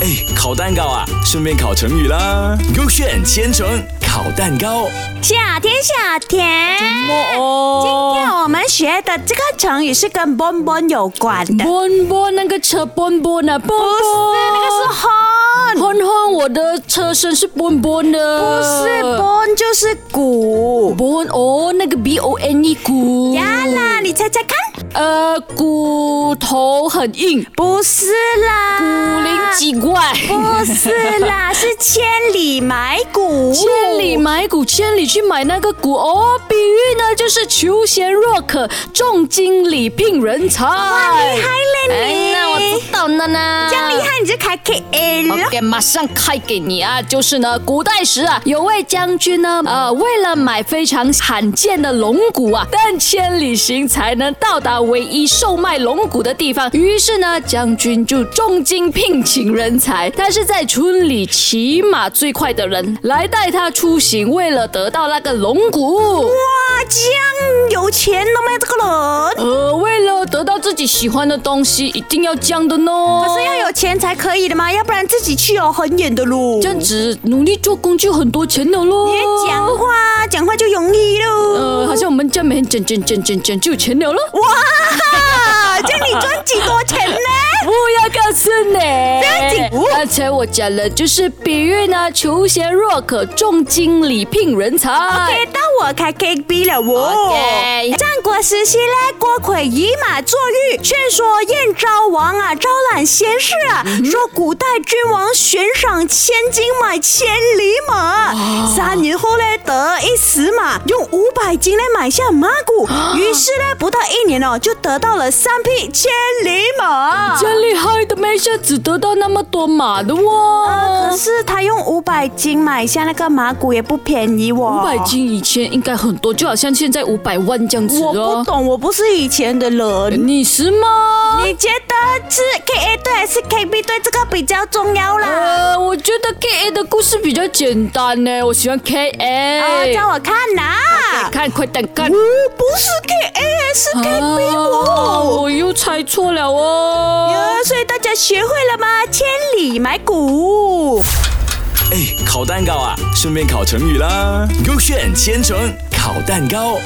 哎，烤蛋糕啊，顺便烤成语啦。勾选千层烤蛋糕，夏天，夏天。今天哦我们学的这个成语是跟 bon bon 有关的， ，bon bon 那个车 bon bon 啊，不不是那个是 horn，哼哼，我的车身是 bon bon 不的，是 bon 就是鼓。 bon 哦，那个 b o n e 骨，呀啦，你猜猜看？呃，骨头很硬，不是啦，古灵精怪。不是啦，是千里买骨。千里买骨，千里去买那个骨哦。比喻呢，就是求贤若渴，重金礼聘人才。厉害嘞你哎那我知道了呢。这样厉害你就开 K A 了。 OK，马上开给你啊！就是呢，古代时啊，有位将军呢，呃，为了买非常罕见的龙骨啊，但千里行才能到达唯一售卖龙骨的地方。于是呢，将军就重金聘请人才，他是在村里骑马最快的人来带他出行，为了得到那个龙骨。哇，这样有钱了吗？这个人，呃，为了得到自己喜欢的东西，一定要这样的呢。可啊是要有钱才可以的嘛，要不然自己去哦，很远的路。这样子努力做工就很多钱了喽。别讲话，讲话就容易喽。哦呃，好像我们家没人整整整整整就有钱了咯。哇，这样你赚几多钱呢？不要告诉你，要紧哦刚才我讲了，就是比喻呢，求贤若渴，重金礼聘人才。给到我开 K B 了哦。哎 OK 战国时期呢，郭揆以马作御，劝说燕昭王啊招揽贤士啊，嗯说古代君王悬赏千金买千里马。三年后呢，得一死马，用五百金来买下马骨，啊于是呢，不到一年哦，就得到了三匹千里马。真厉害的，没一下子得到那么多马的呃，可哦。是他用五百斤买下那个马骨也不便宜哦我。五百，斤以前应该很多，就好像现在五百万这样子我不哦。懂，我不是以前的人。你是吗？你觉得是 K A 对还是 K B 对这个比较重要啦？呃，我觉得 K A 的故事比较简单呢，我喜欢 K 啊， A。叫我看呐、看，快点看哦，。不是 K A，是 K B 啊哦。我又猜错了哦。呃，所以大家学会了吗？千里买骨。哎，烤蛋糕啊，顺便烤成语啦。勾选千层烤蛋糕。